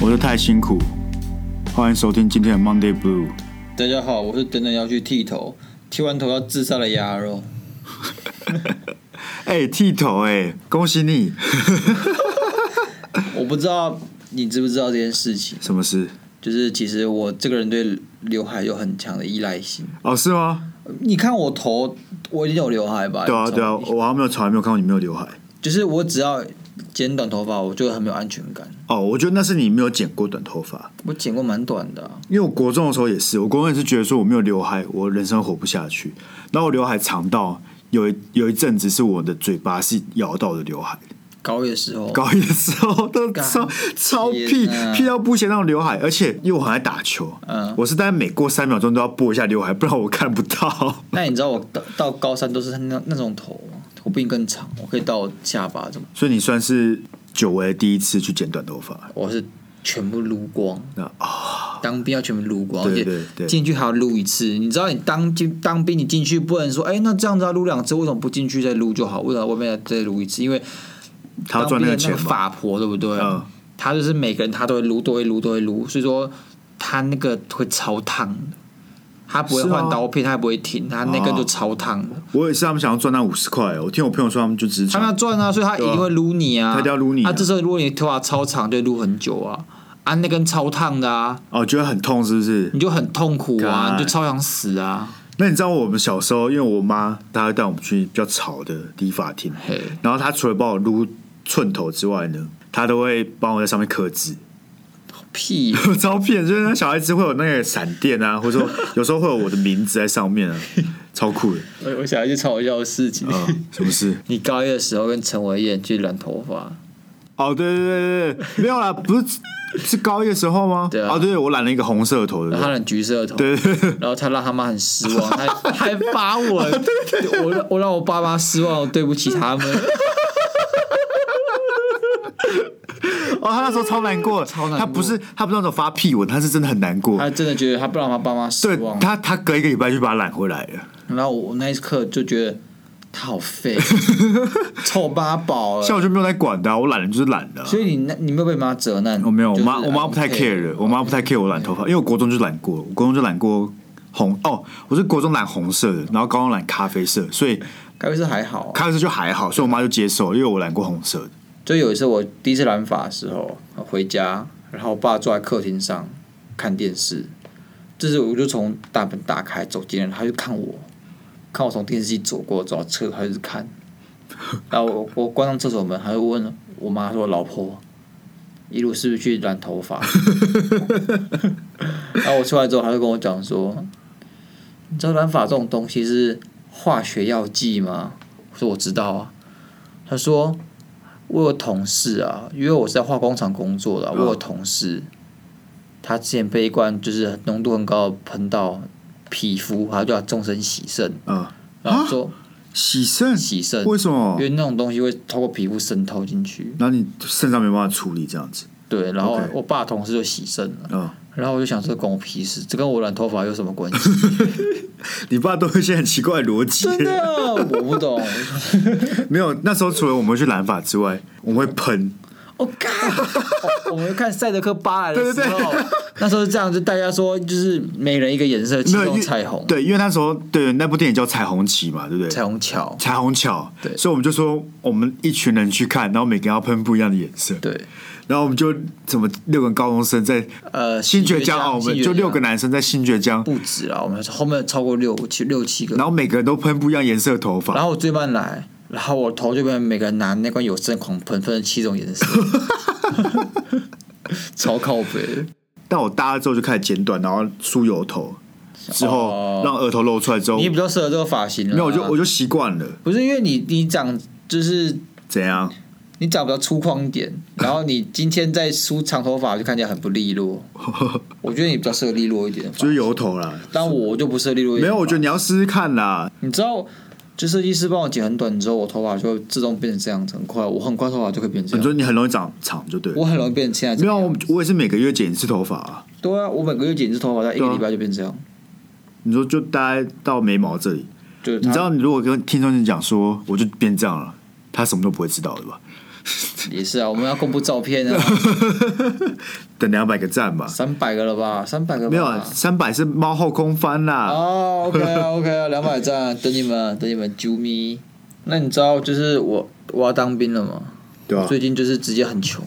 我是太辛苦，欢迎收听今天的 Monday Blue。大家好，我是等等要去剃头，剃完头要自杀的鸭肉。哎、剃头哎、恭喜你！我不知道你知不知道这件事情，什么事？就是其实我这个人对刘海有很强的依赖性。哦，是吗？你看我头，我已经有刘海吧？对啊，从对啊，我好像没有从来没有看过你没有刘海。就是我只要剪短头发，我就很没有安全感。哦，我觉得那是你没有剪过短头发，我剪过蛮短的啊、因为我国中的时候也是，我国中也是觉得说我没有刘海，我人生活不下去。然后我刘海长到有一有一阵子是我的嘴巴是咬到我的刘海，高一的时候，高一的时候都超超屁天啊屁到不行那种刘海，而且因为我很爱打球，嗯我是大概每过三秒钟都要拨一下刘海，不然我看不到。那你知道我到到高三都是那那种头吗？我比你更长，我可以到下巴这么，所以你算是久违的第一次去剪短头发，我是全部撸光。那啊、当兵要全部撸光，对而对对且进去还要撸一次。你知道你当进当兵，你进去不能说，哎、那这样子要撸两次，为什么不进去再撸就好？为什么外面再撸一次？因为他要当赚兵那的个那钱个嘛。法婆对不对？嗯他就是每个人他都会撸，都会撸，都会撸，所以说他那个会超烫的。他不会是吗啊哦换刀片，他不会停，他那根就超烫的。我也是，他们想要赚那五十块，我听我朋友说他们就只是他们要想赚啊，所以他一定会撸你啊，他一定要撸你啊啊，这时候如果你头发超长，就会撸很久啊，啊，那根超烫的啊，哦，觉得很痛，是不是？你就很痛苦啊，干你就超想死啊。那你知道我们小时候，因为我妈她会带我们去比较吵的理发厅嘿，然后她除了帮我撸寸头之外呢，她都会帮我在上面刻字。屁！有 照片，就是那小孩子会有那个闪电啊，或者说有时候会有我的名字在上面啊，超酷的。我 我想要去嘲笑的事情。啊、什么事？ 你高一的时候跟陈伟燕去染头发，哦，对对对对对， 没有啦，不是是高一的时候吗？对啊哦，对，我染了一个红色的头，对然不后他染橘色的头，对对 对然后他让他妈很失望， 还还发我，我让我让我爸妈失望，我对不起他 们。对。哦，他那时候超难过的，超难过他不是他不是那种发屁文，他是真的很难过。他真的觉得他不让他爸妈失对望，他，他隔一个礼拜就把它染回来了。然后我那一刻就觉得他 好废，臭八宝了。像我就没有在管的、啊，我染了就是染了啊、所以你那你没有被妈责难？哦我没有，我妈就是我妈不太 care 的，我妈不太 care 我染头发，因为我国中就染过，我国中就染过红哦，我是国中染红色的，然后高中染咖啡色，所以该不是还好啊、咖啡色就还好，所以我妈就接受了，因为我染过红色的。就有一次我第一次染发的时候回家，然后我爸坐在客厅上看电视，这时我就从大门打开走进来，他就看我，看我从电视机走过走到厕所，他就是看，然后我我关上厕所门，他就问我妈说：“老婆，一路是不是去染头发？” 然后我出来之后，他就跟我讲说：“你知道染发这种东西是化学药剂吗？”我说：“我知道啊。”他说。我有同事啊，因为我是在化工厂工作的啊、我有同事，他之前被一罐就是浓度很高的喷到皮肤，他就要终身洗肾，嗯，然后说洗肾，洗肾，为什么因？为那种东西会透过皮肤渗透进去。然后你肾脏没办法处理这样子，对，然后 OK 我爸同事就洗肾了，嗯，然后我就想这关我屁事，这跟我染头发有什么关系？ 你爸都有一些很奇怪的逻辑。真的，我不 懂。 没有，那时候除了我们去染发之外，我们会喷，我靠！ 我们看赛德克巴莱的时对对候，那时候是这样，就大家说就是每人一个颜色，其没有因中为彩虹，对，因为那时候对那部电影叫《彩虹旗》嘛，对不对？彩虹桥，彩虹桥，对所以我们就说我们一群人去看，然后每个人要喷不一样的颜色，对，然后我们就怎么六个高中生在呃，新觉江哦，我新们觉就六个江男生在新觉江，不止啦，我们后面超过六七六七个。然后每个人都喷不一样颜色的头然发，后我最慢来，然后我头就被每个人拿那罐有声狂喷，分了七种颜 色，超靠北。但我大二之后就开始剪短，然后梳油头，之后哦让额头露出来之后，你没比较适合这个发型啦，啊有我就我就习惯了，不是因为你你长就是怎样？你长比较粗犷一 点，然后你今天再梳长头发就看起来很不利落。 我觉得你比较适合利落一点的发就型，是油头啦，但我就不适合利落一没点的发型。有，我觉得你要试试看啦，你知道，就设计师帮我剪很短之后，我头发就会自动变成这样子，很快，我很快头发就可以变成你这样。说你很容易长长就对了啊我很容易变成现在这没有，样。我我也是每个月剪一次头发啊，对啊，我每个月剪一次头发，在一对个啊礼拜就变这样。你说就大概到眉毛这里，就是你他知道，你如果跟听众讲说我就变这样了，他什么都不会知道的 吧？也是啊，我们要公布照片啊， 等两百个赞吧，三百个了吧，三百个吧没有啊，三百是猫后空翻啦。哦，OK 啊，OK 啊，两百赞，等你们，等你们，啾咪。那你知道就是我我要当兵了吗？对啊最近就是直接很穷，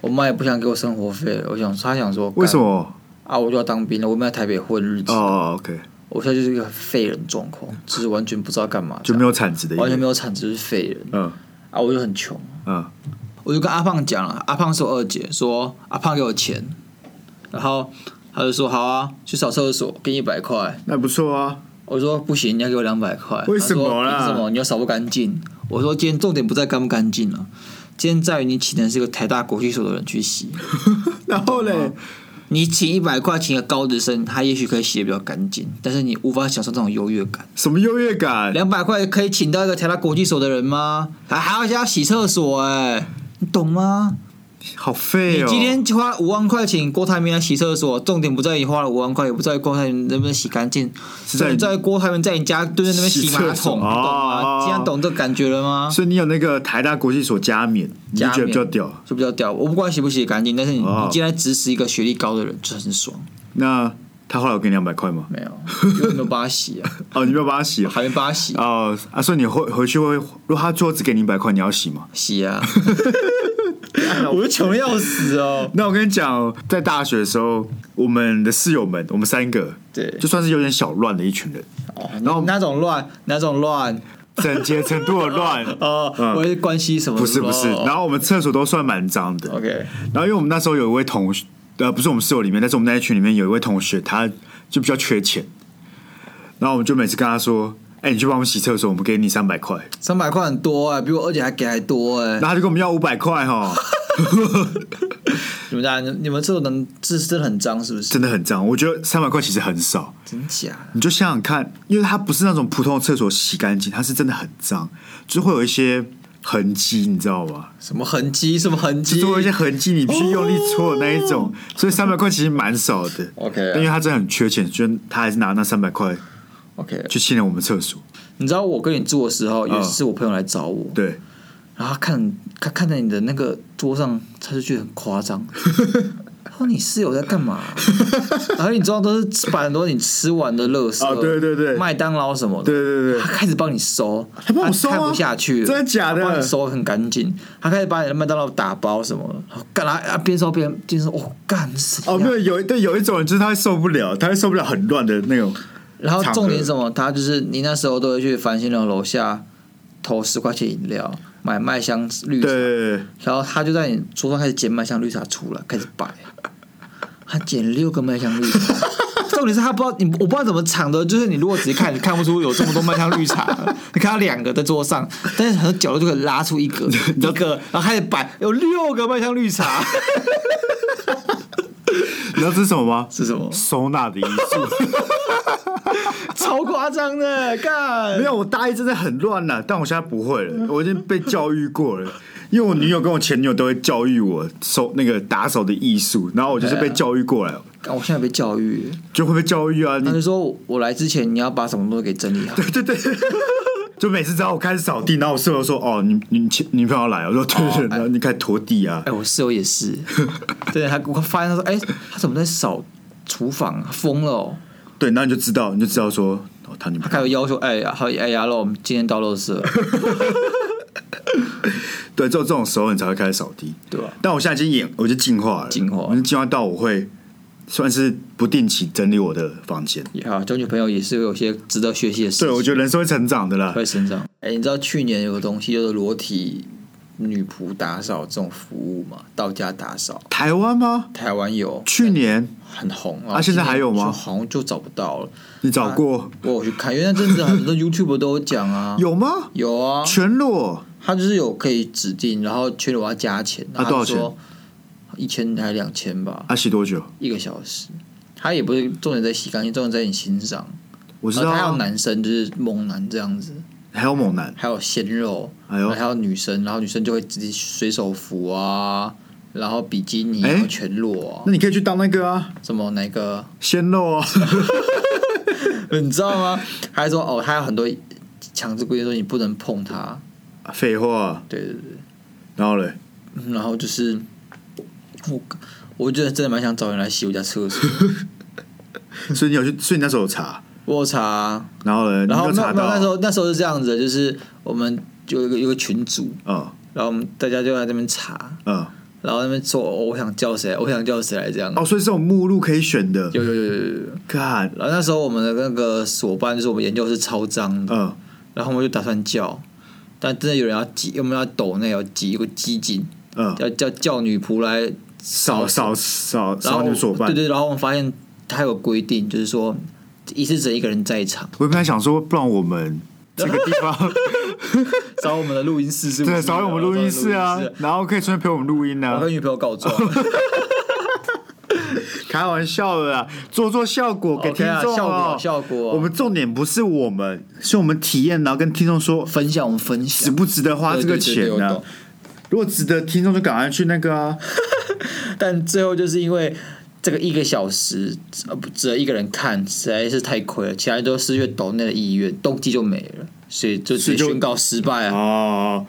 我妈也不想给我生活费了。我想，她想说，为什干么？啊？我就要当兵了，我们在台北混日子，哦，OK，我现在就是一个废人状况，就是完全不知道干嘛，就没有产值的这意样完全没思。有产值，就是废人嗯啊！我就很穷，嗯，我就跟阿胖讲了，阿胖是我二姐，说阿胖给我钱，然后他就说好啊，去扫厕所，给你一百块。那不错啊。 我说不行，你要给我两百块。为什么啦他说凭什么？你又扫不干净。我说今天重点不在干不干净了，今天在于你请的是个台大国际所的人去洗。然后嘞，啊你请一百块，请个高职生，他也许可以洗的比较干净，但是你无法享受这种优越感。什么优越感？两百块可以请到一个台大国际所的人吗？还还要加洗厕所、哎，你懂吗？好废你哦。今天花了五万块请郭台铭来洗厕所，重点不在于花了五万块，也不在于郭台铭能不能洗干净，是在于在于郭台铭在你家蹲在那边洗哦马洗厕所桶，你懂吗？哦今天懂这感觉了吗？啊所以你有那个台大国际所加冕，你就加冕觉得比较屌。就比较屌，我不管洗不洗干净，但是你、哦你今天指使一个学历高的人，就很爽。那他后来有给你两百块吗？没有，因为我没有帮他洗啊，哦，你没有帮他洗我哦。还没帮他洗，哦，啊，所以你回回去会，如果他最后只给你一百块，你要洗吗？洗啊， 我就穷的要死哦。那我跟你讲，在大学的时候，我们的室友们，我们三个，对就算是有点小乱的一群人，哦，然后你哪种乱，哪种乱？整洁程度的乱， 哦，嗯我是关系什么？不是不是。哦然后我们厕所都算蛮脏的， OK，然后因为我们那时候有一位同学，呃，不是我们室友里面，但是我们那一群里面有一位同学，他就比较缺钱，然后我们就每次跟他说：“哎、你去帮我们洗厕所，我们给你三百块。三百块很多哎、比我二姐还给还多哎、”然后他就跟我们要五百块哈，你们家你们厕所能是真的很脏是不是？真的很脏。我觉得三百块其实很少，真假的？你就想想看，因为它不是那种普通的厕所洗干净，它是真的很脏，就是会有一些痕迹，你知道吗？什么痕迹？什么痕就迹是会有一些痕迹，你必须用力搓的那一种，所以三百块其实蛮少的。 OK 啊但因为他真的很缺钱，所以他还是拿那三百块？OK，去清了我们厕所。你知道我跟你住的时候，有一次我朋友来找我，嗯对，然后他看他看在你的那个桌上，他就觉得很 夸张。他说：“你室友在干嘛、 然后你桌上都是把很多你吃完的垃圾，啊对对对麦当劳什么的，对对对他开始帮你收，他帮我收啊看不下去了，真的假的他帮你收很干净，他开始把你的麦当劳打包什么的，干啦啊，边收边边说，哦，干是怎哦，样没有有对有一种人就是他会受不了，他会受不了很乱的那种。然后场合重点是什么？他就是你那时候都会去繁星楼楼下投十块钱饮料，买麦香绿茶对，对对然后他就在你桌上开始捡麦香绿茶出来，开始摆，他捡六个麦香绿茶。 重点是他不知道你，我不知道怎么藏的，就是你如果仔细看，你看不出有这么多麦香绿茶。 你看到两个在桌上，但是很多角落就可以拉出一 个一个，然后开始摆，有六个麦香绿茶你知道这是什么吗？ 是什么？收纳的艺术。 超夸张的，干没！有，我大一真的很乱了，但我现在不会了，我已经被教育过了。因为我女友跟我前女友都会教育我手那个打手的艺术，然后我就是被教育过来，干我现在被教育，就会被教育啊。你他就说我来之前你要把什么东西给整理 好。对对对，就每次只要我开始扫地，然后我室友说：“哦，你你前女朋友来了。”我说：“对对对。然后你开始拖地啊 哎、，我室友也 是，对，他我发现他说，哎、他怎么在扫厨房啊？疯了、哦！对，然后你就知道，你就知道说，哦，他女他朋友开始要求，哎、呀，还有哎呀，让我们今天到垃圾， 对，只有这种时候你才会开始扫地。对吧？但我现在已经演，我就进化了，进化我已经进化到我会算是不定期整理我的房间。也好，交女朋友也是有些值得学习的事对，我情，觉得人是会成长的啦。会成长。哎、你知道去年有个东西就是裸体女仆打扫这种服务嘛？到家打扫，台湾吗？台湾有去年很红啊现在还有吗就好像就找不到了。你找过、我有去看，因为那阵子很多 YouTube 都有 讲啊，有吗？有啊，全裸他就是有可以指定，然后缺了我要加钱，啊然后他多就少说一千还两千吧，啊，洗多久？一个小时。他也不是重点在洗干净，重点在你欣赏。我知然道后哦他还有啊，男生，就是猛男这样子，还有猛男，还有鲜肉，哎然呦后还有女生，然后女生就会自己随手扶啊，然后比基尼，哎然后全裸、啊，那你可以去当那个啊，什么哪个，鲜肉啊， 你知道吗？还说哦，还有很多强制规定说你不能碰它，废话。对对对。然后嘞，嗯然后就是我，我觉得真的蛮想找人来洗我家厕所。所以你有去，所以你那时候有查，我有查啊，然后呢，然后你有没查有没有那时到，候那时候是这样子的，就是我们就有一个有一个群组，嗯然后我们大家就在那边查，嗯，然后那边说、哦我想叫谁，我想叫谁来这样。哦，所以这种目录可以选的有有有有有有。 ，God，然后那时候我们的那个所办就是我们研究是超脏的，嗯，然后我们就打算叫，但真的有人要挤，我们要抖那要挤一个激进，嗯，要叫叫女仆来少少少然少后女所办对。对，然后我们发现它有规定，就是说一次只能一个人在场。我本来想说，不然我们 这个地方找我们的录音室是不是？对，少用我们录音室啊哦找我们的录音，哦然后可以顺便陪我们录音室我啊，跟女朋友 告状开玩笑的啦，做做效果给，OK 听啊，众效哦果效果，我们重点不是我们，是我们体验，然后跟听众说分享我们分值享，不值得花这个对对钱对对呢、我懂如果值得，听众就赶快去那个啊，但最后就是因为。这个一个小时，呃，不只有一个人看，实在是太亏了。其他都是因为抖内的意愿，动机就没了，所以就直所以就接宣告失败啊！哦，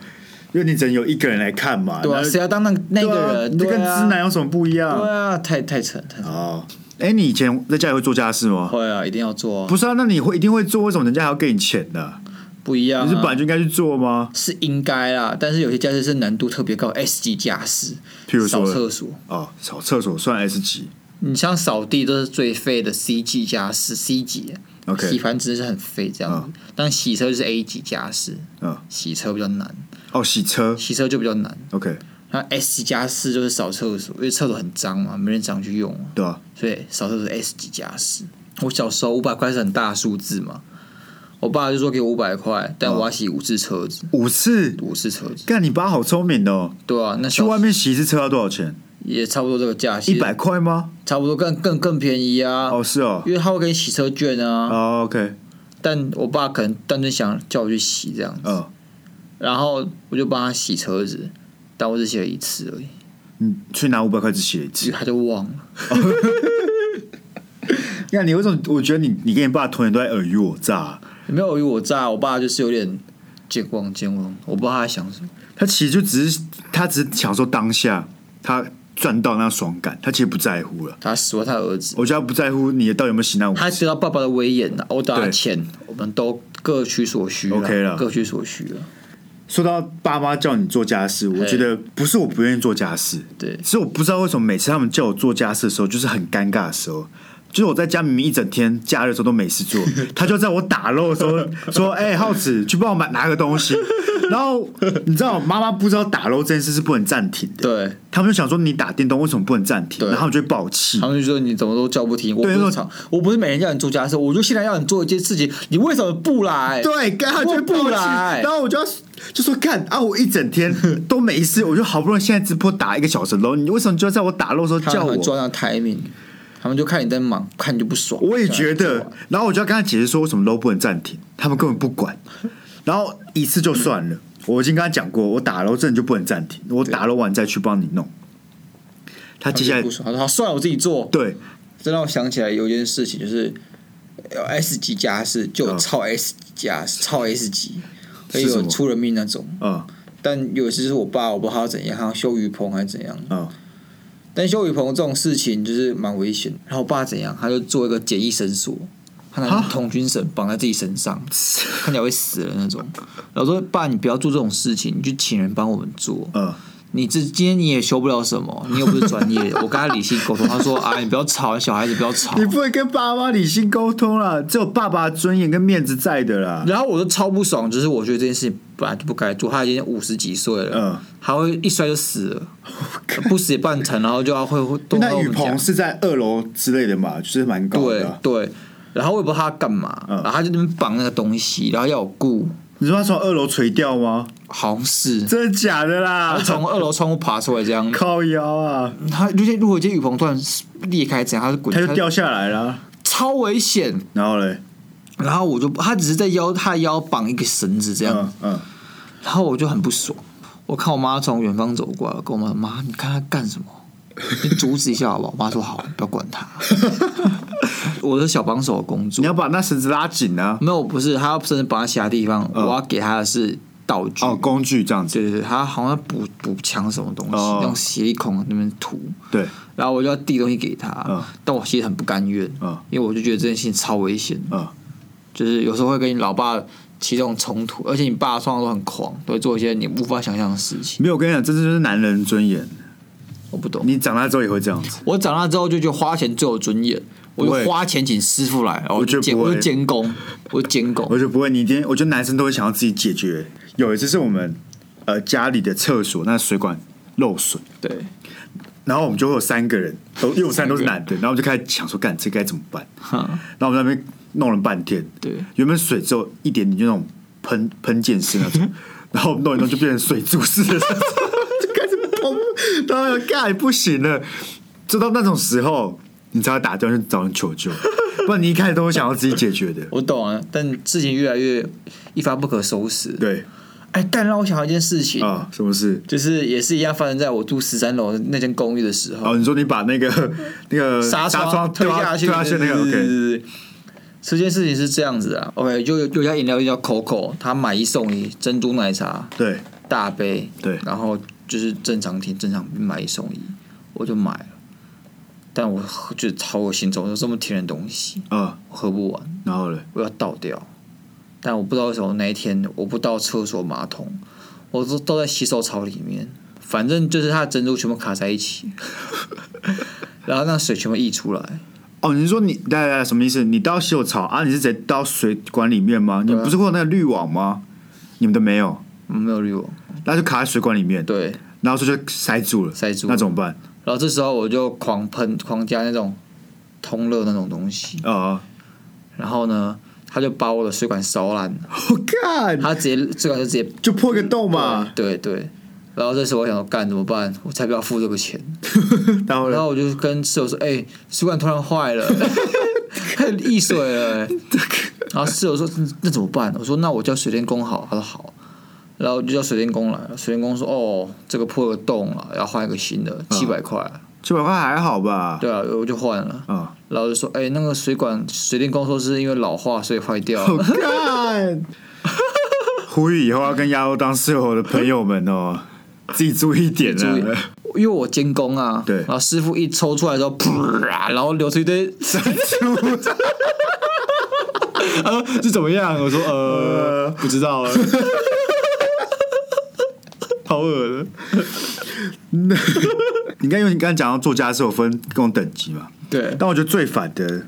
因为你只能有一个人来看嘛，对然啊，后谁要当那那对个啊人？你就对跟啊直男有什么不一样？对啊，太太扯，太扯。哦，哎，你以前在家里会做家事吗？会啊，一定要做啊，不是啊，那你会一定会做，为什么人家还要给你钱呢？不一样、啊。你是本来就应该去做吗？是应该啦，但是有些驾驶是难度特别高，S 级驾驶，譬如扫说厕所，哦，扫厕所算 S 级你像扫地都是最废的 C 级驾驶，C 级洗，OK，盘子是很废这样子，但洗车就是 A 级驾驶，嗯，洗车比较难，哦，洗车洗车就比较难。 ，OK，那 S 级驾驶就是扫厕所，因为厕所很脏嘛，没人想去用嘛，对啊，所以扫厕所是 S 级驾驶。我小时候五百块是很大的数字嘛，我爸就说给我五百块，但我要洗五次车子，五次，五次车子，干你爸好聪明哦，对啊，那去小外面洗一次车要多少钱？也差不多这个价，一百块吗？差不多更更更便宜啊，哦，是哦，因为他会给你洗车券啊。哦，OK，但我爸可能单纯想叫我去洗这样，嗯，然后我就帮他洗车子，但我只洗了一次而已，你嗯去拿五百块只洗了一因为次。他就忘了。那你为什么？我觉得你你跟你爸的童年都在尔虞我诈啊、没有尔虞我诈，我爸就是有点健忘健忘，我不知道他在想什么。他其实就只是他只是享受当下他赚到那爽感，他其实不在乎了。他死了他儿子，我觉得他不在乎你到底有没有洗那五他次。知道爸爸的威严呐、啊我打他对钱，我们都各取所需 OK 了各取所需了。说到爸妈叫你做家事，我嘿觉得不是我不愿意做家事，对，是我不知道为什么每次他们叫我做家事的时候，就是很尴尬的时候。就是我在家明明一整天假日的时候都没事做， 他就在我打肉的时候说：“哎、浩子，去帮我买拿个东西。” 然后你知道，妈妈不知道打肉这件事是不能暂停的，对他们就想说你打电动为什么不能暂停？对然后他们就会爆气他。们就说你怎么都叫不停，我不对那是种常，我不是每天叫你做家事，我就现在要你做一件事情，你为什么不来？对，干他就会我爆不气来然后我就要就说干啊，我一整天都没事，我就好不容易现在直播打一个小时喽，你为什么就在我打肉的时候他叫们我很？抓到 timing，他们就看你在忙，看你就不爽。我也这觉样就得好，然后我就要跟他解释说为什么 low 不能暂停，他们根本不管。然后一次就算了，我已经跟他讲过，我打 low 真的就不能暂停，我打 low 完再去帮你弄。他接他下们就来不爽，他说好算了，我自己做。对这让我想起来有一件事情，就是呃 S 级加是就有超 S 级加超 S 级，嗯是也什有么出人命那种。啊但有一次是我爸，我不知道他怎样，他要修雨棚还是怎样。啊但修雨棚这种事情就是蛮危险的。然后我爸怎样，他就做一个简易绳索，他拿哈童军绳绑在自己身上， 看起来会死的那种。然后我说爸，你不要做这种事情，你就请人帮我们做。啊！你这今天你也修不了什 么，你又不是专业的。我跟他理性沟通，他说啊，你不要吵，小孩子不要吵你。不能跟爸妈理性沟通啦，只有爸爸的尊严跟面子在的啦。然后我就超不爽，就是我觉得这件事情本来就不该做。他已经五十几岁了，嗯，还会一摔就死 了，不死也半残，然后就要会会动到那我雨们棚家。是在二楼之类的嘛，就是蛮高对的啊。对，然后我也不知道他干嘛，嗯然后他就在那边绑那个东西，然后要我顾，你说他从二楼垂掉吗？好像是。真的假的啦他？从二楼窗户爬出来，这 样，靠腰啊，他如果如果这雨棚突然裂开，怎样，他就滚，他就掉下来了。超危险。然后嘞，然后我就他只是在腰他的腰绑一个绳子这样，嗯嗯，然后我就很不爽，我看我妈从远方走过来，我跟我妈说妈，你看他干什么？你阻止一下好不好？我妈说好，不要管 他。我的小帮手的工作你，要把那绳子拉紧啊，没有不是，他要甚至绑在其他地方，我要给他的是道具。嗯哦，工具这样子，对对对，他好像补补枪什么东西，哦用斜力孔那边涂，对，然后我就要递东西给他，嗯但我其实很不甘愿，嗯因为我就觉得这件事情超危险，嗯，就是有时候会跟你老爸起这种冲突，而且你爸通常都很狂，都会做一些你无法想象的事情。没有，我跟你讲，这就是男人尊严。我不懂，你长大之后也会这样子，我长大之后就觉得花钱最有尊严，我不会就花钱请师傅来，然后我觉得监不会我就监工， 我就监工我，觉得不会。你今天，我觉得男生都会想要自己解决。有一次是我们呃家里的厕所那水管漏水，对，然后我们就会有三个人，都因为我们三个都是男的，然后我们就开始想说，干这该怎么办？哈，然后我们在那边弄了半天，对，原本水只有一点点，就那种喷喷溅式那 种，然后弄一弄就变成水柱式的，就开始砰，然后干不行了，就到那种时候，你才要打电话去找人求救，不然你一开始都会想要自己解决的。我懂啊，但事情越来越一发不可收拾。，对哎，但让我想到一件事情，啊，什么事？就是也是一样发生在我住十三楼那间公寓的时候，哦，你说你把那 个那个纱纱窗推推下下去，嗯推下去那个对对 OK，对对对这件事情是这样子啊，OK，就有有一家饮料店叫 Coco，他买一送一珍珠奶茶对大杯，对然后就是正常听正常买一送一，我就买了，但我喝觉得超恶心，怎么有这么甜的东西，啊，我喝不完，然后嘞，我要倒掉，但我不知道为什么那一天我不到厕所马桶，我都都在洗手槽里面，反正就是它的珍珠全部卡在一起，然后让水全部溢出来。哦，你是说你大家什么意思？你倒洗手槽啊？你是直接倒水管里面吗？你对啊不是会有那个滤网吗？你们的没有，嗯没有滤网，那就卡在水管里面。对，然后这就塞住了，塞住那怎么办？然后这时候我就狂喷、狂加那种通乐那种东西，呃，然后呢，他就把我的水管烧烂了， 我干，他直接水管就直接就破个洞嘛。对对。然后这时候我想说，干怎么办？我才不要付这个钱。然后然呢？后我就跟室友说：“哎、水管突然坏了， 开始溢水了、欸。”然后室友说：“那那怎么办？”我说：“那我叫水电工好。”他说：“好。”然后就叫水电工来了。水电工说：“哦，这个破个洞了，要换一个新的，七百块。七百块还好吧？对啊，我就换了。啊，然后就说：“哎、那个水管，水电工说是因为老化所以坏掉我 了。 干。呼吁以后要跟亚欧当室友的朋友们 哦，自己注意一点注意啊。因为我监工啊，对然后师傅一抽出来之后，噗啊，然后流出一 堆， 呃，是怎么样？我说呃，不 知道啊，好恶的。 你刚因为你刚才讲到做家事有分各种等级嘛，对，但我觉得最烦的、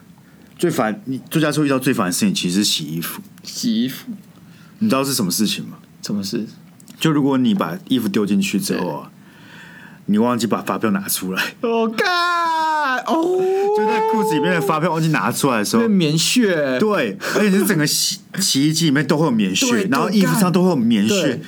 最烦你做家事会遇到最烦的事情，其实是洗衣服。洗衣服你知道是什么事情吗？什么事？就如果你把衣服丢进去之后啊，你忘记把发票拿出来，我哦干哦，就在裤子里面的发票忘记拿出来的时候那，棉絮，欸对，而且是整个洗 洗衣机里面都会有棉对絮，都然后衣服上都会有棉絮对，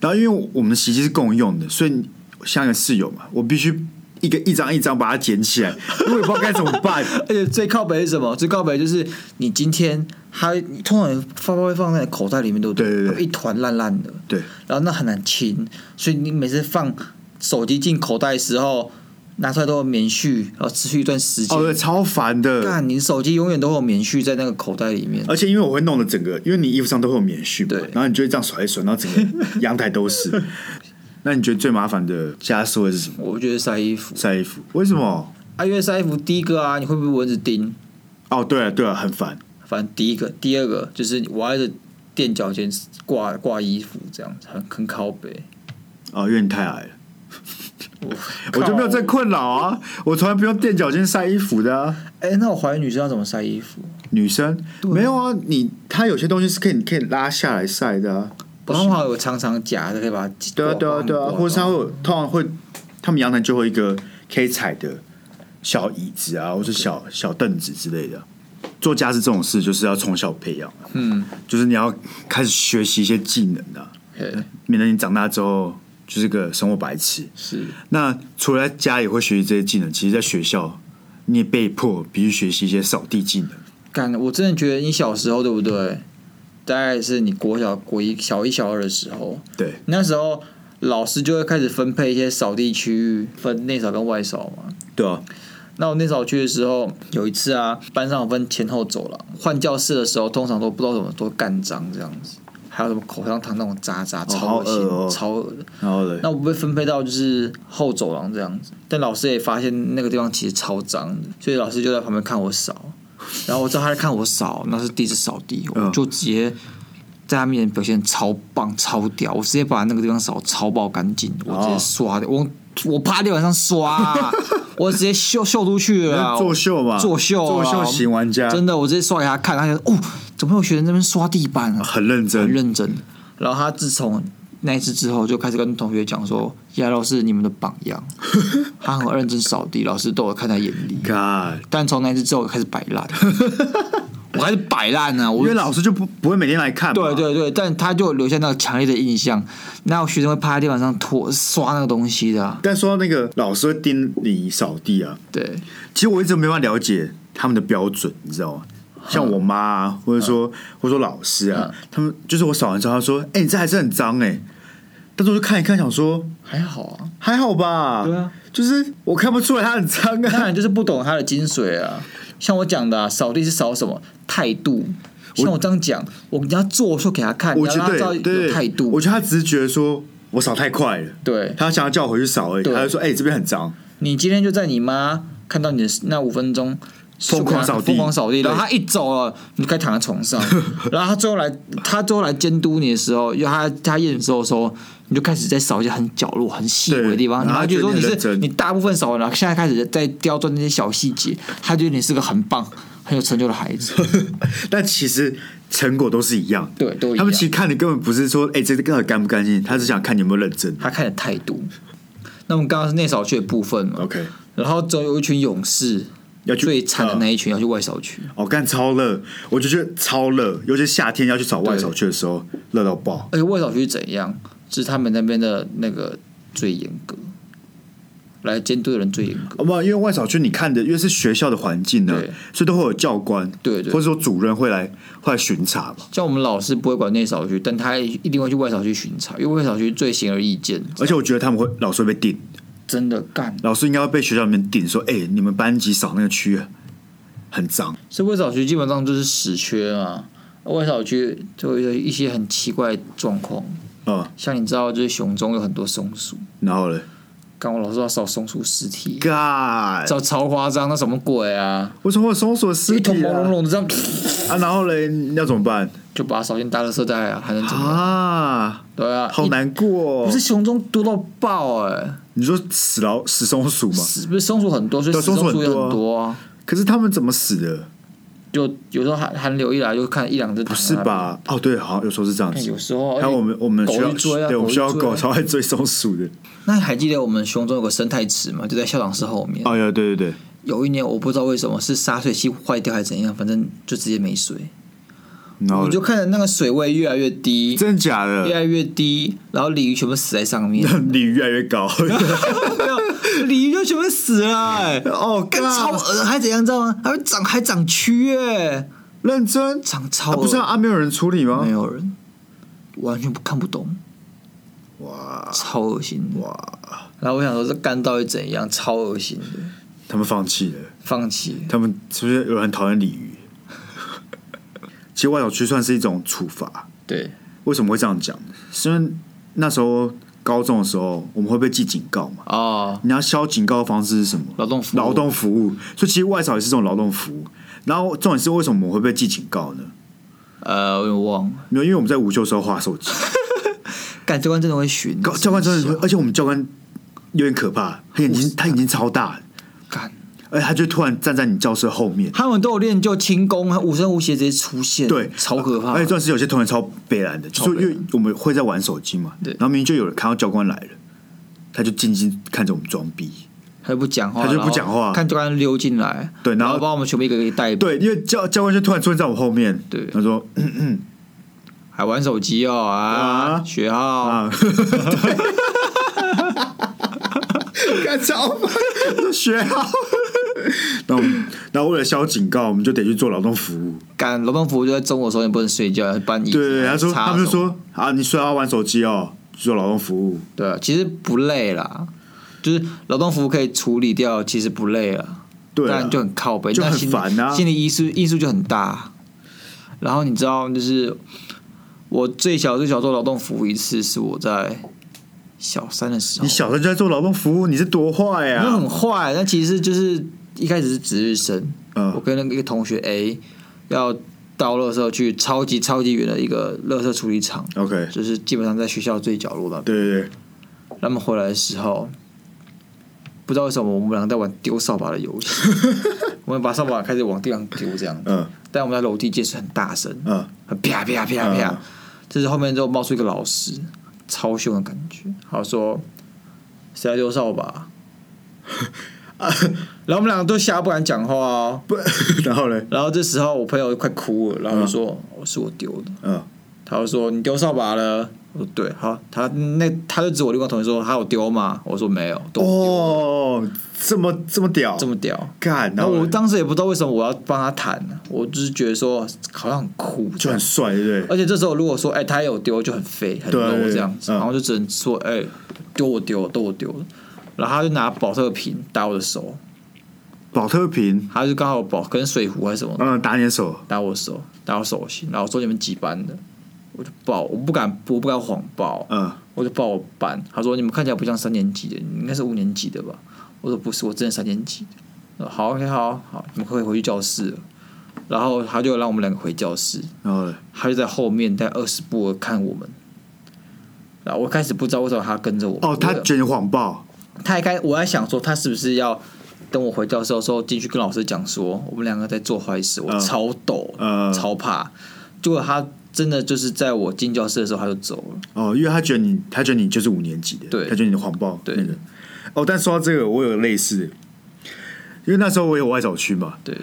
然后因为我们的洗衣机是共用的，所以像一个室友嘛，我必须一个一张一张把它捡起来，因为我也不知道该怎么办。而且最靠 北是什么？最靠北就是你今天它通常发包会放在口袋里面，对不对对对它一团烂烂的，对，然后那很难清，所以你每次放手机进口袋的时候，拿出来都有棉絮，然后持续一段时间。哦，对，超烦的。干，你手机永远都会有棉絮在那个口袋里面。而且因为我会弄的整个，因为你衣服上都会有棉絮嘛，对然后你就会这样甩一甩，然后整个阳台都是。那你觉得最麻烦的家事会是什么？我觉得晒衣服晒衣服？为什么？啊，因为晒衣服第一个啊，你会不会蚊子叮？哦，对了对了，很烦。反正第一个，第二个就是我挨着垫脚尖挂挂衣服这样子，很很靠北。哦，因为你太矮了，我就没有这困扰啊。我从来不用垫脚尖晒衣服的、啊。哎、那我怀疑女生要怎么晒衣服？女生没有啊，你它有些东西是可以你可以拉下来晒的啊。不然的话，有长长夹的可以把它挤对啊挂对啊对啊，挂或者是它会有通常会，他们阳台就会有一个可以踩的小椅子啊，或是小小凳子之类的。做家事这种事就是要从小培养，嗯，就是你要开始学习一些技能啊，对，免得你长大之后就是个生活白痴。是那除了在家里会学习这些技能，其实在学校你也被迫必须学习一些扫地技能。干，我真的觉得你小时候对不对？大概是你国小、国一、小一、小二的时候，对，那时候老师就会开始分配一些扫地区域，分内扫跟外扫嘛。对啊，那我那时候去的时候，有一次啊，班上有分前后走廊，换教室的时候，通常都不知道怎么都干脏这样子，还有什么口香糖那种渣渣，超恶心，好恶哦超恶的。然后嘞，那我被分配到就是后走廊这样子，但老师也发现那个地方其实超脏的，所以老师就在旁边看我扫，然后我知道他在看我扫，那是第一次扫地，我嗯就直接。在他面前表现超棒、超屌，我直接把那个地方扫超爆干净，我哦直接刷的，我我趴地板上刷啊、 我直接秀秀出去了啊，作秀嘛，作秀作啊秀型玩家，真的，我直接刷给他看，他就哦，怎么有学生在那边刷地板啊？很认很真，认真。然后他自从那一次之后，就开始跟同学讲说：“亚老师，你们的榜 样。”他很认真扫地，老师都有看在眼 里。 God，但从那次之后，我开始摆烂，我开始摆烂呢、啊。我因为老师就不不会每天来看嘛，对对对，但他就留下那个强烈的印象。那有学生会趴在地板上拖刷那个东西的啊、但说到那个老师会盯你扫地啊，对，其实我一直没办法了解他们的标准，你知道吗？像我妈、啊，或者说、或者说老师啊，嗯他们就是我扫完之后，他说：“哎、你这还是很脏哎、但是我就看一看，想说还好啊。还好吧，对啊，就是我看不出来它很脏当 啊。然就是不懂他的精髓啊。像我讲的、啊，扫地是扫什么态度？像我这样讲，我你要做就给他看，我你要觉让他知道得对有态我度。觉得他只是觉得说我扫太快了，对，他想要叫我回去扫而已，对他就说：“哎、这边很脏。你今天就在你妈看到你的那五分钟。疯狂扫地疯狂扫地，对然后他一走了，你该躺在床上。然后他最后来，他最后来监督你的时候，因为他他验收的时候，你就开始在扫一些很角落、很细微的地方。对然然后后他就说他你觉得你很是认真你大部分扫完了，现在开始在刁钻那些小细节。他觉得你是个很棒、很有成就的孩子。 但其实成果都是一样的。对，都一样。他们其实看的根本不是说，哎、这个到底干不干净，他是想看你有没有认真。他看的态度。那我们刚刚是内扫区的部分嘛， OK，然后总有一群勇士，哦要去最惨的嗯那一群要去外扫区，哦，干超热，我就觉得超热，尤其是夏天要去扫外扫去的时候，热到爆。而且外扫区是怎样？是他们那边的那个最严格，来监督的人最严格。哦不，因为外扫区你看的，因为是学校的环境呢对，所以都会有教官，对对或者说主任会来会来巡查嘛。像我们老师不会管内扫区，但他一定会去外扫区巡查，因为外扫区最显而易见，而且我觉得他们会老师会被定，真的干。老师应该会被学校里面定说，哎、你们班级扫那个区啊很脏，所以外扫区基本上就是死缺嘛，外扫区就有一些很奇怪的状况，哦、像你知道，就是熊中有很多松鼠，然后嘞刚我老师要扫松鼠尸体。 ，God，超超夸张，那什么鬼啊？为什么会有松鼠的尸一头体毛茸啊？茸的这样，啊，然后嘞，要怎么办就把它扫进大垃圾袋啊，还能怎么样？啊？对啊，好一，难过、哦。不是熊中多到爆哎、欸，你说死老死松鼠吗？是不是松鼠很多，所以对死松松鼠鼠也很多啊很多啊。可是他们怎么死的？就有时候寒寒流一来，就看一两只。不是？吧？哦，对，好像有时候是这样看子啊有。时候，哎还有我们我们学狗校去追啊，对，我们学去校追啊嗯狗超爱追松鼠的。那还记得我们熊中有个生态池嘛？就在校长室后面。哎呀，对对对，有一年我不知道为什么是洒水器坏掉还是怎样，反正就直接没水。然后我就看着那个水位越来越低，真的假越的？来越低，然后鲤鱼全部死在 上面。鲤鱼越来越 高。没有，鲤鱼就全部死了、 欸，哦，干超干，恶，还怎样知道吗？还会长还长蛆哎、认真啊，长超恶、不是啊，啊没有人处理没吗？有人，完全不看不懂，哇超恶心的。哇，然后我想说这干到底怎样，超恶心的，他们放弃了，放弃。他们是不是有人讨厌鲤鱼？ 其实外小区算是一种处罚。对，为什么会这样讲？是因为那时候高中的时候，我们会被记警告嘛？哦，你要消警告的方式是什么？劳动服务劳动服务，所以其实外扫也是这种劳动服务。然后重点是为什么我们会被记警告呢？呃，我有点忘了，没有，因为我们在午休的时候划手 机，干教官真的会巡高，教官真的真会的，而且我们教官有点可怕，他眼睛他眼睛超大，干，而且他就突然站在你教室后面，他们都有练就轻功，无声无息直接出现，对，超可怕。而且重点是有些同学超悲然的，就是超北因蓝为我们会在玩手机嘛，对然后明明就有人看到教官来了，他就静静看着我们装逼，他就不讲话，他就不然后讲话看教官溜进来，对然然后把我们全部一个一个带走，对，因为教教官就突然出现在我后面，对他说 还玩手机哦啊，啊学号啊，干 超学好。那我们，那为了消警告，我们就得去做劳动服务。 干劳动服务就在中午的时候，你不能睡觉，要搬椅子。对对对，他说，擦他们就手说啊，你睡要玩手机哦，做劳动服务，对啊，其实不累啦，就是劳动服务可以处理掉，其实不累了，对啊但就很靠背，就很但心理烦啊心理因素因素就很大。然后你知道，就是我最小最小做劳动服务一次是我在小三的时候，你小啊时候就在做劳动服务，你是多坏没有呀、很坏，但其实就是一开始是值日生，我嗯，跟那个一个同学 A 要到垃圾去超级超级远的一个垃圾处理厂，嗯，OK，就是基本上在学校最角落的。对对对，他们回来的时候，不知道为什么我们两个在玩丢扫把的游 戏，我们把扫把开始往地上丢这样，嗯但我们在楼梯间是很大声，嗯， 很啪啪啪啪嗯。这是后面就冒出一个老师，超凶的感觉，好说谁来丢扫把？然后我们两个都吓得不敢讲话哦。不， 然后嘞，然后这时候我朋友快哭了，然后就说：“哦是我丢的。嗯，”他就说：“你丢扫把了？”我说：“对。”好，他那他就指我另外同学说：“他有丢吗？”我说：“没有。”都没丢，哦，这么这么屌，这么屌。干，然然后后我嘞当时也不知道为什么我要帮他谈，我就是觉得说好像很酷，就很帅，对不对？而且这时候如果说哎、他也有丢就很废很对啊 low 对这样子，嗯然后就只能说哎、丢我丢都我丢了，然后他就拿保特瓶打我的手，保特瓶，他就刚好有保跟水壶还是什么嗯，打你的手，打我手，打我手心，然后说你们几班的，我就报，我不敢，我不敢谎报，嗯，我就报我班。他说你们看起来不像三年级的，你应该是五年级的吧？我说不是，我真的三年级的。我说好，OK，好好，你们可以回去教室了。然后他就让我们两个回教室，然后嘞，他就在后面在二十步的看我们。然后我开始不知道为什么他跟着我。哦，他我觉得你谎报，他还开，我在想说，他是不是要等我回教室的时候进去跟老师讲说，我们两个在做坏事，我嗯超抖，嗯超怕。结果他真的就是在我进教室的时候他就走了，哦，因为他觉得你，他觉得你就是五年级的，对他觉得你的谎报对那个。哦，但说到这个，我有类似的，因为那时候我有外小区嘛，对，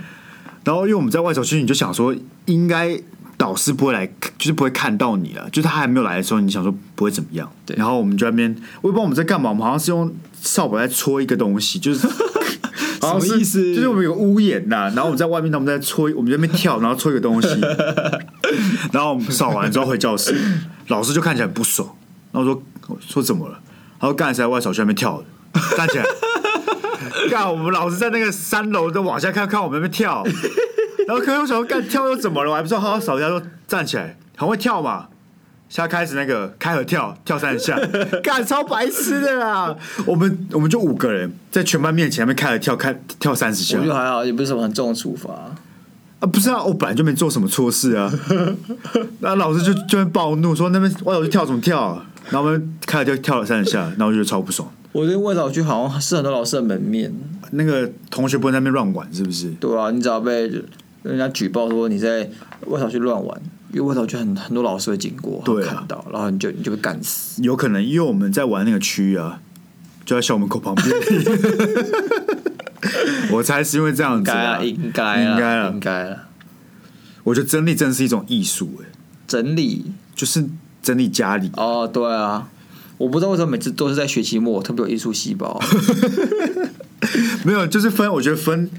然后因为我们在外小区，你就想说应该导师不会来，就是不会看到你了，就是他还没有来的时候，你想说不会怎么样。对然后我们就在那边，我也不知道我们在干嘛，我们好像是用 扫把在戳一个东西，就是。好像什么是意思就是我们有个屋檐呐、然后我们在外面，他们在戳，我们在那边跳，然后戳一个东 西，然后我们扫完之后回教室，老师就看起来很不爽，然后说我说怎么了？他说干才外小区那边跳的，站起来，干我们老师在那个三楼的往下看，看我们在那边跳，然后可能我想说干跳又怎么了？我还不知道好好扫一下，说站起来，很会跳嘛。现在开始那个开合跳，跳三下， 干超白痴的啦！我们我们就五个人在全班面前，那边开合跳，开跳三十下我觉得还好，也不是什么很重的处罚。啊！不是啊，我本来就没做什么错事 啊。那老师就就会暴怒说：“那边外头就跳怎么跳、啊？”然后我们开合跳跳了三十下，然后我就觉得超不爽。我觉得外岛区好像是很多老师的门面，那个同学不能在那边乱玩，是不是？对啊，你只要被人家举报说你在外岛区乱玩，因为外岛区很很多老师会经过，对啊看到，然后你就你就被干死。有可能，因为我们在玩那个区域啊，就在校门口旁 边。我猜是因为这样应子、该啊啊，，应该啊，应该啊应该啊，我觉得整理真的是一种艺术、哎，整理就是整理家里。哦，对啊，我不知道为什么每次都是在学期末，我特别有艺术 细胞。没有，就是分，我觉得分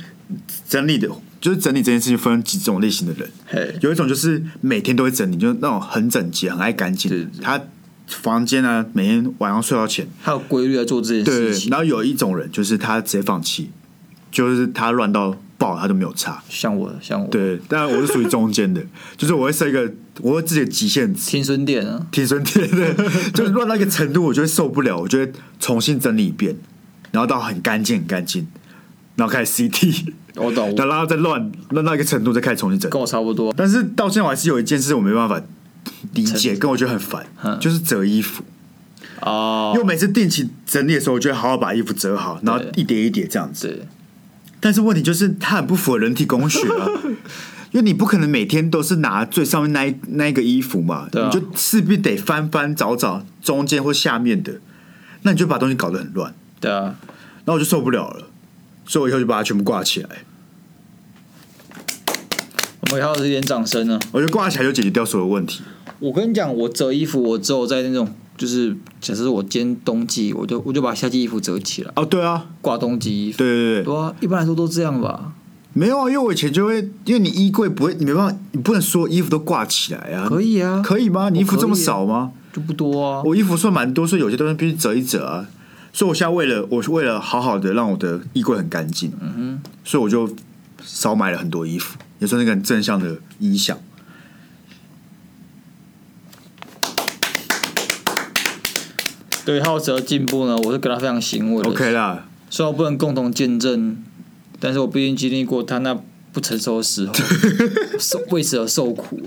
整理的，就是整理这件事情分几种类型的人。嘿，有一种就是每天都会整理，就是那种很整洁、很爱干对净对，他房间呢、每天晚上睡觉前，还有规律在做这件对事对。情，然后有一种人就是他直接放弃，就是他乱到爆，他都没有差。像我，像我，，对，但我是属于中间的， 就是我会设一个，我会自己的极限值。青春店啊，挺顺天的， 就是乱到一个程度，我就会受不了，我就会重新整理一遍，然后到很干净、很干净，然后开始 CT，我懂，然后再乱乱到一个程度，再开始重新整理。跟我差不多。但是到现在我还是有一件事我没办法理解，跟我觉得很烦，就是折衣服。因哦为，我每次定期整理的时候，我就会好好把衣服折好，然后一叠一叠这样子。对，但是问题就是它很不符合人体工学 啊，因为你不可能每天都是拿最上面那一那一个衣服嘛，对啊你就势必得翻翻找找中间或下面的，那你就把东西搞得很乱，对啊，然后我就受不了了，所以我以后就把它全部挂起来，我们要是一点掌声啊呢。我就挂起来就解决掉所有问题。我跟你讲，我折衣服，我只有在那种就是，假设我今天冬季，我就我就把夏季衣服折起来，哦，对啊，挂冬季衣服。对对对对，对啊，一般来说都这样吧。没有啊，因为我以前就会，因为你衣柜不会，你没办法，你不能所有衣服都挂起来啊，可以啊，可以吗？你衣服这么少吗？就不多啊。我衣服算蛮多，所以有些东西必须折一折啊。所以我现在为了我为了好好的让我的衣柜很干净，嗯哼，所以我就少买了很多衣服，也算是一个很正向的影响。对浩哲进步呢，我是跟他非常欣慰的。 OK 啦，虽然我不能共同见证，但是我毕竟经历过他那不成熟的 时候，受为此而受苦。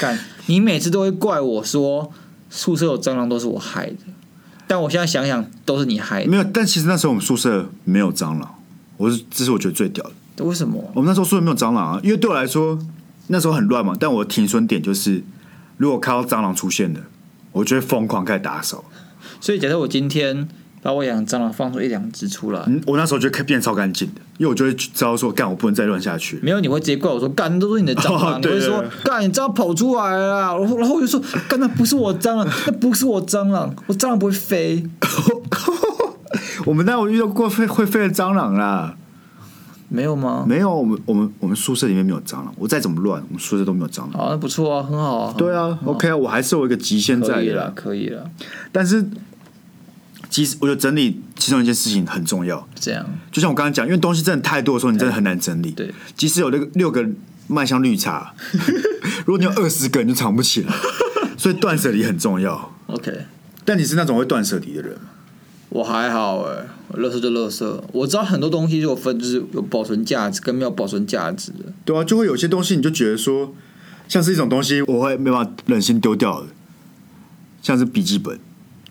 干，你每次都会怪我说宿舍有蟑螂都是我害的，但我现在想想都是你害的，没有，但其实那时候我们宿舍没有蟑螂，我是这是我觉得最屌的。为什么？我们那时候宿舍没有蟑螂啊，因为对我来说那时候很乱嘛，但我的停损点就是，如果看到蟑螂出现了，我就会疯狂开始打扫。所以假设我今天把我养的蟑螂放出一两只出来，嗯，我那时候就开变超干净的，因为我就会知道说，干我不能再乱下去了。没有你会直接怪我说干，都是你的蟑螂，哦我对会说对干，你蟑螂跑出来了啊，然后然后我就说干，那不是我 蟑螂，那不是我蟑螂，我蟑螂不会飞。 我们那有遇到过飞会飞的蟑螂啦，没有吗？没有，我们我们我们宿舍里面没有蟑螂，我再怎么乱，我们宿舍都没有蟑螂。好，那不错啊，很好啊。对啊，OK 啊，我还是有一个极限可在以的了，啦。可以了，但是，其实我觉得整理其中一件事情很重要，这样就像我刚刚讲，因为东西真的太多的时候，你真的很难整理。对，即使有六个六个麦香绿 茶，如果你有二十个，你就藏不起来。所以断舍离很重要。 OK。但你是那种会断舍离的人吗？我还好哎、我垃圾就垃圾。我知道很多东西就有分，就是有保存价值跟没有保存价值的。对啊，就会有些东西你就觉得说，像是一种东西，我会没办法忍心丢掉的，像是笔记本。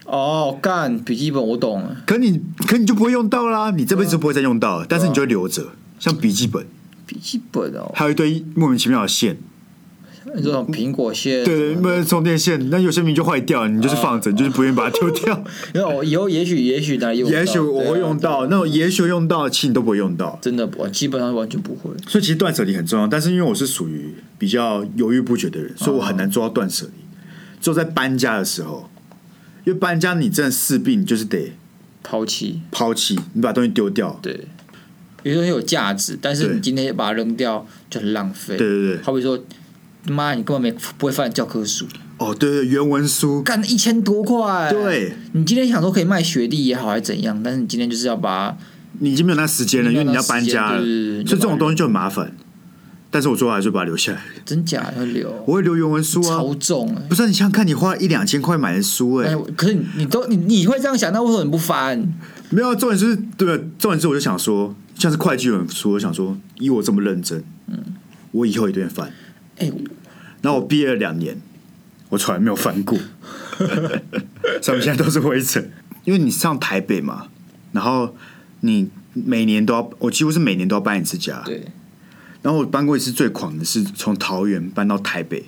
哦，干笔记本我懂了，可你可你就不会用到啦，你这辈子不会再用到了，但是你就会留着，像笔记本，笔记本哦，还有一堆莫名其妙的线，那种苹果线。嗯对，没有充电线，那有些明明就坏掉了，你就是放着，你就是不愿意把它丢掉。因为我以后也许也许哪里用到，也许我会用对啊到，那种也许会用到，其实你都不会用到。真的不，我基本上完全不会。所以其实断舍离很重要，但是因为我是属于比较犹豫不决的人，所以我很难做到断舍离。只有在搬家的时候，因为搬家你真的势必你就是得抛弃，抛弃，你把东西丢掉。对，有些东西有价值，但是对你今天把它扔掉就很浪费。对对对好比说，妈，你根本没不会翻教科书，哦，对对，原文书，干一千多块。对你今天想说可以卖学历也好，还是怎样，但是你今天就是要把它你已经没有那时间了，因为你要搬家了，对对对对所以这种东西就很麻烦。但是我最后还是把它留下来，真假要留，我会留原文书啊。超重哎、不是你想想看，你花一两千块买的书、欸，哎，可是你你都你你会这样想，那为什么你不翻？没有，啊重点是对，重点是我就想说，像是会计有人说，我想说，以我这么认真，嗯，我以后一定会翻。哎、然后我毕业了两年，我从来没有翻 过，上面现在都是灰尘。因为你上台北嘛，然后你每年都要，我几乎是每年都要搬一次家。对，然后我搬过一次最狂的是从桃园搬到台北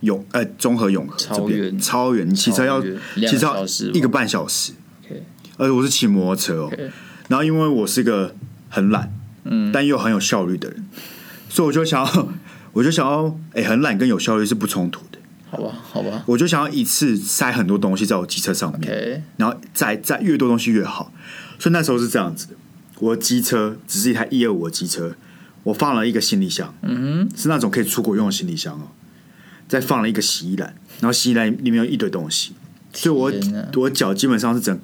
永呃中和永和这超边，远超远，你骑车要超远骑两车个要小时吧一个半小时 OK 而且我是骑摩托车哦。 OK 然后因为我是个很懒，嗯，但又很有效率的人，所以我就想要，我就想要，哎、很懒跟有效率是不冲突的。好吧，好吧我就想要一次塞很多东西在我机车上面，OK，然后载载越多东西越好。所以那时候是这样子的，我的机车只是一台一二五的机车，我放了一个行李箱，嗯是那种可以出国用的行李箱哦，再放了一个洗衣篮，然后洗衣篮里面有一堆东西，所以我天哪我脚基本上是整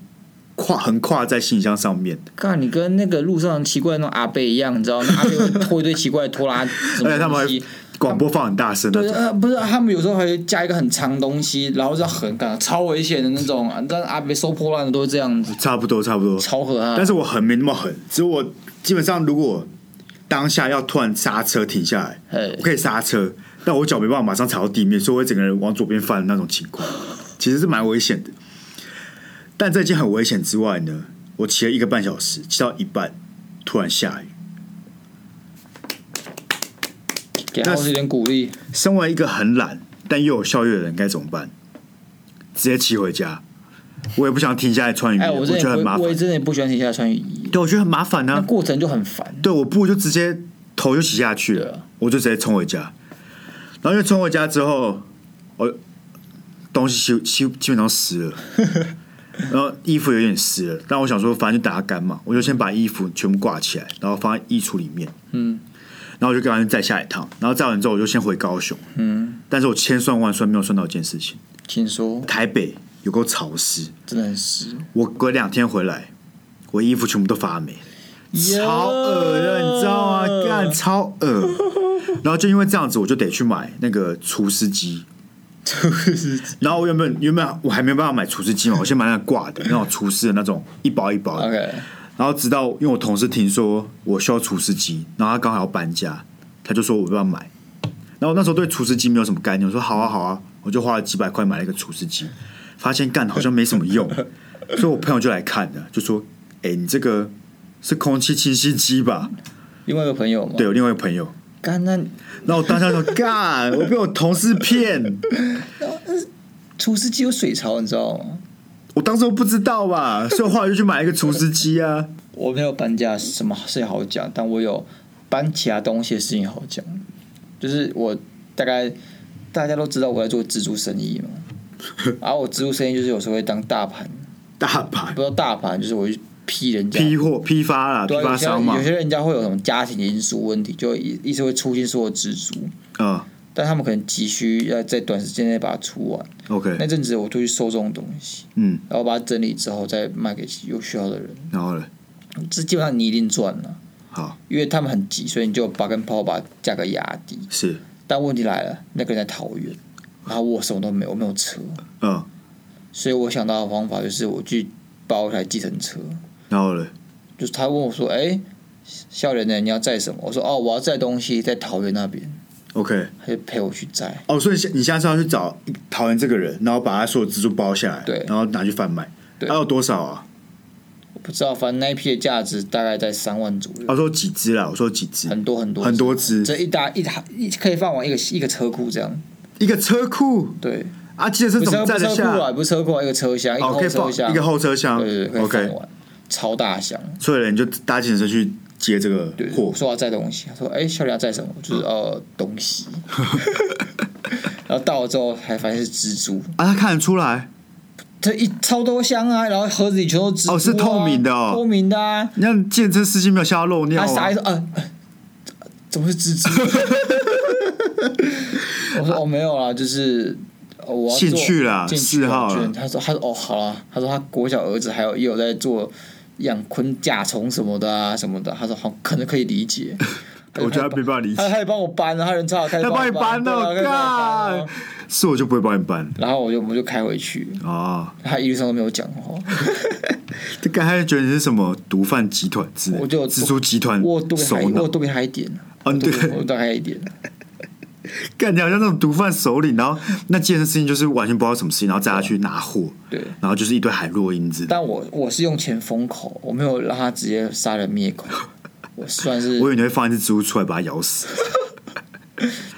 跨横跨在行李箱上面，哼，干，你跟那个路上奇怪的那种阿贝一样，你知道，那阿贝会拖一堆奇怪的拖拉 而什且么哎他们东还西。广播放很大声啊那对，种。呃，不是，他们有时候还会加一个很长的东西，然后就很干，超危险的那种啊！但阿贝收破烂的都是这样子，差不多，差不多。超合啊。但是我很没那么狠，只有我基本上如果当下要突然刹车停下来，哎我可以刹车，但我脚没办法马上踩到地面，所以我会整个人往左边翻的那种情况，其实是蛮危险的。但这件很危险之外呢，我骑了一个半小时，骑到一半突然下雨。给他那是一点鼓励，身为一个很懒但又有效率的人，该怎么办？直接骑回家。我也不想停下来穿雨衣，哎，我真嗯觉得的很麻不，我也烦。真的不喜欢停下来穿雨衣，对，我觉得很麻烦啊那。过程就很烦。对，我不如就直接头就洗下去对了，啊我就直接冲回家。然后因为冲回家之后，我东西基基基本上湿了，然后衣服有点湿了，但我想说反正就打它干嘛，我就先把衣服全部挂起来，然后放在衣橱里面。嗯，然后我就赶快再下一趟，然后再完之后我就先回高雄。嗯，但是我千算万算没有算到一件事情，请说，台北有够潮湿，真的很湿，我隔两天回来，我衣服全部都发霉，超恶的，你知道吗？干超恶。然后就因为这样子，我就得去买那个除湿机。 就是然后我原本原本我还没有办法买除湿机嘛，我先买那个挂的那种除湿的那种一包一包的。 OK，然后直到因为我同事听说我需要除湿机，然后他刚好要搬家，他就说我要不要买。然后我那时候对除湿机没有什么概念，我说好啊好啊，我就花了几百块买了一个除湿机，发现干好像没什么用，所以我朋友就来看的，就说：“哎、你这个是空气清新机吧另外一个朋友嘛，？”对，，有另外一个朋友，干那然后我当下说：“ 干，我被我同事骗，除湿机有水槽，你知道吗？我当时我不知道吧，所以我后来就去买了一个除湿机啊。”我没有搬家什么事情好讲，但我有搬其他东西的事情好讲。就是我大概大家都知道我在做自助 生意嘛，然后我自助生意就是有时候会当大盘，大牌不知道大盘就是我去批人家，批货批发啦，批对啊发有些商嘛有，些人家会有什么家庭因素问题，就一一直会出现所有支出，嗯但他们可能急需要在短时间内把它出完。那，OK，阵子我就去收这种东西，嗯，然后把它整理之后再卖给有需要的人，然后呢？这基本上你一定赚了。好，因为他们很急，所以你就把跟抛把价格压低。是，但问题来了，那个人在桃园，然后我什么都没有，我没有车，嗯，所以我想到的方法就是我去包一台计程车。然后呢？就是他问我说：“哎、校园的你要载什么？”我说：“哦，我要载东西，在桃园那边。 OK，” 他就陪我去载。哦，所以你下次要去找桃园这个人，然后把他所有蜘蛛包下来，对然后拿去贩卖，对他要多少啊？我不知道，反正那一批的价值大概在三万左右，他说几只啦？我说几只？很多很多很多只，这一大一台一可以放完一个一个车库这样。一个车库对，啊，记得是不是怎么车载不是得车库下？啊，不是车库啊，一个车厢，一个哦，可后以车放厢，一个后车厢对对对，可以放，OK，完，超大箱。所以你就搭计程车去接这个对，货我，说要载东西，他说：“哎、笑脸要载什么？”嗯就是呃东西。 然后到了之后，还发现是蜘蛛，啊，他看得出来，这一超多箱啊，然后盒子里全都是蜘蛛、啊，哦是透明的哦透明的啊。那计程车司机没有吓到漏尿他傻啊眼？说：“呃，呃怎么是蜘蛛？” 我说：“哦，没有啦，就是。”哦我要做进去啦进去四号啦我觉得他说：“他说哦，好啦。”他说：“他国小儿子还有也有在做养昆甲虫什么的啊，什么的。”他说：“好，可能可以 理解。”我觉得他没办法理他解，他也帮我搬啊了，他人超好，开始他帮我你搬对啊了，开始帮我搬了干，是我就不会帮你搬然后我就我们就开回去，啊。他一路上都没有讲 话，这刚才觉得你是什么毒贩集团之类，我就蜘蛛集团我多给他首一我脑，多给他一点，哦我你多对给我多给他一点，干你好像那种毒贩首领，然后那件事情就是完全不知道什么事情，然后载他去拿货，对。然后就是一堆海洛因之类的。但我我是用钱封口，我没有让他直接杀人灭口，我算是 我以为你会放一只蜘蛛出来把它咬死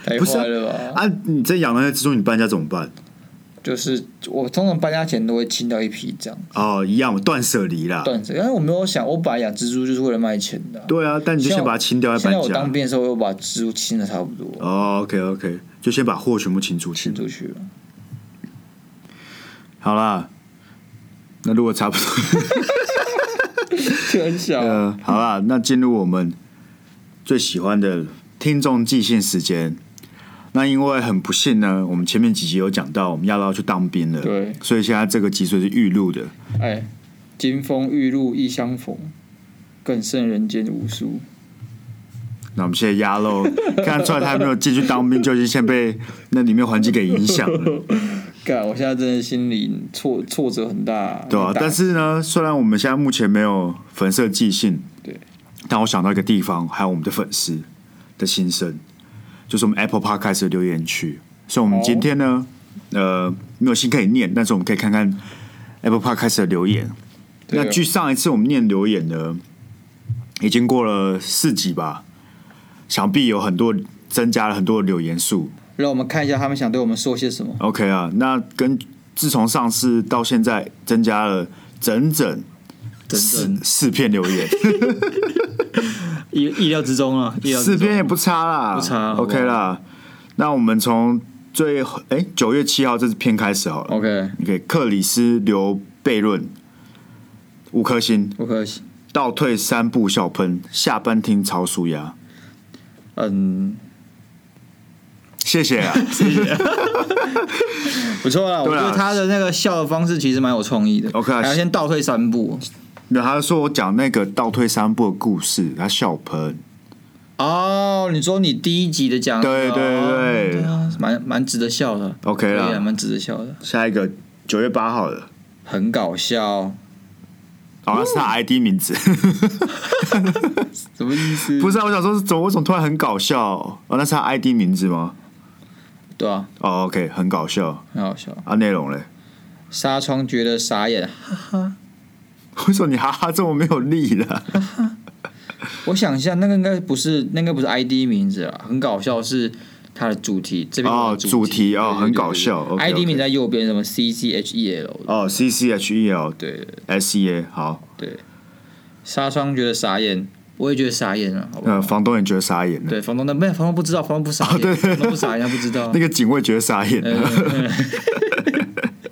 太不是啊坏了吧？啊！你真养了那蜘蛛，你搬家怎么办？就是我通常搬家前都会清掉一批这样哦，一样断舍离啦。断舍，但是我没有想，我本来养蜘蛛就是为了卖钱的啊。啊对啊，但你就先把它清掉再现在搬我当家。兵的时候，我把蜘蛛清的差不多，哦，OK OK，就先把货全部清出去清。出去了。好啦，那如果差不多。 就很小啊，呃，好啦，那进入我们最喜欢的听众寄信时间。那因为很不幸呢，我们前面几集有讲到我们亚到去当兵了，对所以现在这个集数是预录的。哎，金风玉露一相逢，更胜人间无数。那我们现在鸭 肉看得出来他还没有进去当兵，就已经先被那里面环境给影响了，干，我现在真的心里挫挫折很大。对吧、啊很大但是呢，虽然我们现在目前没有粉色寄信，对，但我想到一个地方，还有我们的粉丝的心声，就是我们 Apple Podcast 的留言区。所以，我们今天哦呢，呃，没有信可以念，但是我们可以看看 Apple Podcast 的留言。对啊那据上一次我们念留言呢，已经过了四集吧，想必有很多增加了很多的留言数。让我们看一下他们想对我们说些什么。 OK 啊，那跟自从上次到现在，增加了整整整四四篇留 言。意意料之中啊，意料四之中。篇也不差啦，不差好不好 OK 啦。那我们从最哎九月七号这支片开始好了。 OK， OK，克里斯刘悖论五颗星，不客气。倒退三步笑喷，下班听超舒压，嗯，谢谢 啊，不错啊，我对觉啊得他的那个笑的方式其实蛮有创意的。 OK 啊还要先倒退三步。没有，他说我讲那个倒退三步的故事，他笑喷。哦，你说你第一集的讲，对哦对对对啊，蛮蛮值得笑的， OK 对啊，啦，蛮值得笑的，下一个九月八号的，很搞笑，好像是他 ID 名字，什么意 思？不是啊？我想说，怎么为什么突然很搞笑？哦，那是他 ID 名字吗？对啊，哦，OK，很搞笑很好笑。啊，内容嘞？ 纱窗觉得傻眼，为什么你哈哈这么没有力了？我想一下，那个应该不是，那个不是 ID 名字啦，很搞笑是它的主题这边哦有主题哦对对对很搞笑对对 OK，OK ID 名在右边，什么 C C H E L，哦，C C H E L 对 S E A，好，对，纱窗觉得傻眼，我也觉得傻眼了，好不好？呃，房东也觉得傻眼了，对，房东的没有，房东不知道，房东不傻眼，哦对房东不傻眼，他不知道 那。个警卫觉得傻眼了。嗯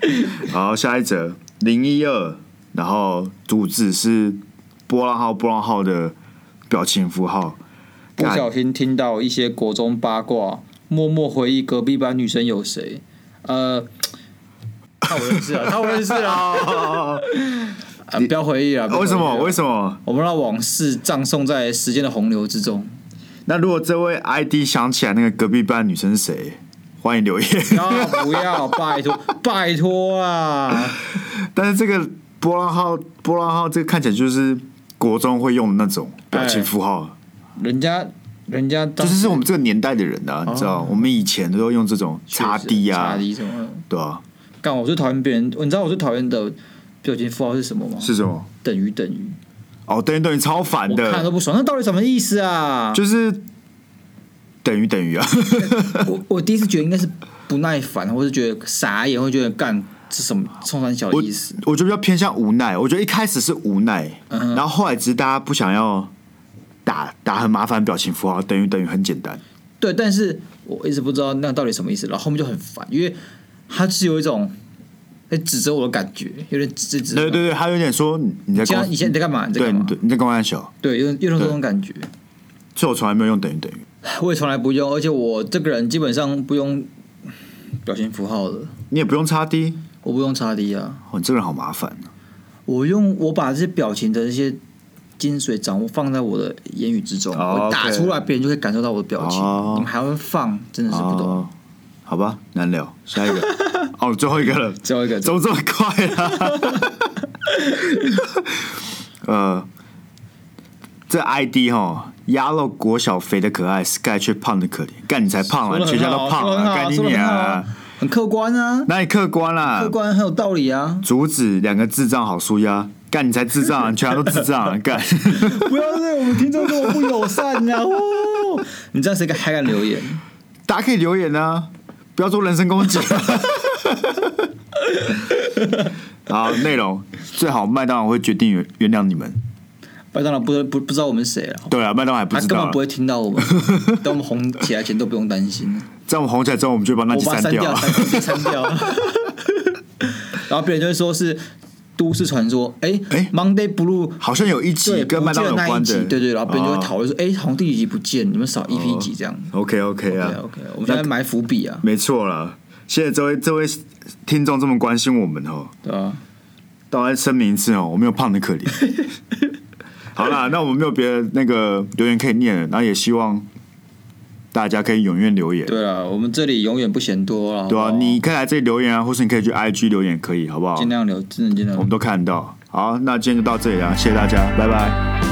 哎 好，下一则零一二，然后主旨是波浪号波浪号的表情符号，不干小心听到一些国中八卦，默默回忆隔壁班女生有谁。呃，他我认识啊，他我认 识啊，啊不要回忆啊！不要哦为什回忆么？啊为什么？我们让往事葬送在时间的洪流之中。 那如果这位 ID 想起来那个隔壁班女生是谁，欢迎留 言。不要不要，拜托拜托啊！但是这个波浪号波浪号这个看起来就是国中会用的那种哎表情符号。人家人家就就是是我们这个年代的人哦啊，你知道，我们以前都用这种擦 D 啊差，低什么的？对啊，干，我最讨厌别人，你知道我最讨厌的表情符号是什么吗？是什么？等于等于，哦，等于等于超烦我看都的，不爽，那到底什么意思啊？就是等于等于 啊，我我第一次觉得应该是不耐烦，或是觉得傻眼，会觉得干是什么冲三小的我意思？嗯我觉得比较偏向无奈，我觉得一开始是无奈，然后后来只是大家不想要打打很麻烦的表情符号，等于等于很简单，对，但是我一直不知道那到底什么意思，然后后面就很烦，因为他是有一种在指责我的感觉，有点指指责。对对对，还有点说你你在你现在跟你现在在干嘛？你在对干嘛？对你在跟我玩小，对，有有种这种感觉，所以我从来没有用等于等于，我也从来不用，而且我这个人基本上不用表情符号的，你也不用擦 D，我不用叉 D 啊。哦，你这个人好麻烦啊，我用我把这些表情的这些精髓掌握放在我的言语之中，哦我打 OK 出来，别人就可以感受到我的表情。哦你们还要放，真的是不懂。哦，好吧，难聊，下一个，哦，最后一个了。最后一个，怎么这么快啊？ 呃，这 ID 哈，鸭肉国小肥的可爱，Sky 却胖的可怜。干你才胖说啊，得你全家很都好胖说得很啊，好干你说得很娘好啊！很客观啊，那你客观啦。客，观很有道理 啊阻止两个智障好输压。干你才智障啊， 你全家都智障啊！干，不要对我们听众这么不友善啊！哦，你这样谁敢还敢留言？大家可以留言啊，不要做人身攻 击。好，内容最好麦当劳会决定原原谅你们。麦当劳不不不知道我们是谁了，对啊，麦当劳还不他知根道啊本不。会听到 我们。等我们红起来前都不用担心，在我们红起来之后，我们就把那我集把它删掉掉，啊。删掉，直接删掉。 然后别人就会说是都市传说，哎哎，Monday Blue 好像有一集对跟麦当劳有不见那关一集的，对对，然后别人就会哦讨论说，哎、好像第几集不见，你们少一 p 集这样。 OK OK 啊 OK OK，我们现在埋伏笔啊，没错了。谢谢这位这位听众这么关心我们哦，对啊，当然声明一次哦，我没有胖的可怜。 好啦，那我们没有别的那个留言可以念了，然后也希望大家可以踊跃留言。对啊，我们这里永远不嫌多了，对好啊，不好你可以来这里留言啊，或是你可以去 IG 留言，可以好不好尽？量留，真的尽量我们啊留，都看得到。好，那今天就到这里了，谢谢大家，拜拜。